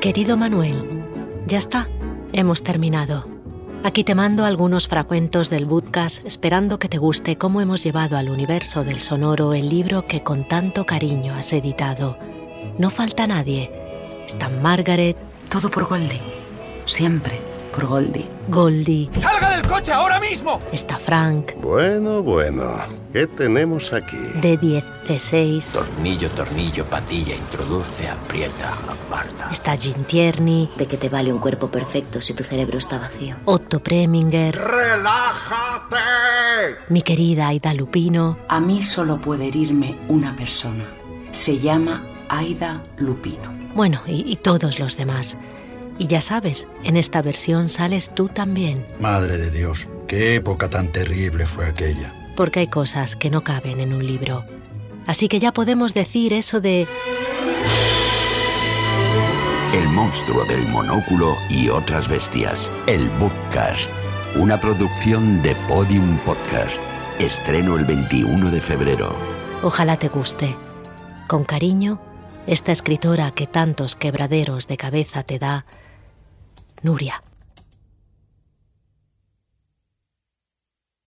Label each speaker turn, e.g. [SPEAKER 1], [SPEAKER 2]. [SPEAKER 1] Querido Manuel, ya está, hemos terminado. Aquí te mando algunos fragmentos del bootcast esperando que te guste cómo hemos llevado al universo del sonoro el libro que con tanto cariño has editado. No falta nadie. Están Margaret.
[SPEAKER 2] Todo por Goldie. Siempre por Goldie.
[SPEAKER 1] Goldie.
[SPEAKER 3] ¡Salga del coche ahora mismo!
[SPEAKER 1] Está Frank.
[SPEAKER 4] Bueno, bueno. ¿Qué tenemos aquí?
[SPEAKER 1] De 10, de 6.
[SPEAKER 5] Tornillo, tornillo, patilla, introduce, aprieta, aparta.
[SPEAKER 1] Está Gin Tierney.
[SPEAKER 6] ¿De qué te vale un cuerpo perfecto si tu cerebro está vacío?
[SPEAKER 1] Otto Preminger.
[SPEAKER 4] ¡Relájate!
[SPEAKER 1] Mi querida Aida Lupino.
[SPEAKER 2] A mí solo puede herirme una persona. Se llama Aida Lupino.
[SPEAKER 1] Bueno, y, y todos los demás. Y ya sabes, en esta versión sales tú también.
[SPEAKER 7] Madre de Dios, qué época tan terrible fue aquella.
[SPEAKER 1] Porque hay cosas que no caben en un libro. Así que ya podemos decir eso de...
[SPEAKER 8] El monstruo del monóculo y otras bestias. El Bookcast. Una producción de Podium Podcast. Estreno el 21 de febrero.
[SPEAKER 1] Ojalá te guste. Con cariño, esta escritora que tantos quebraderos de cabeza te da, Nuria.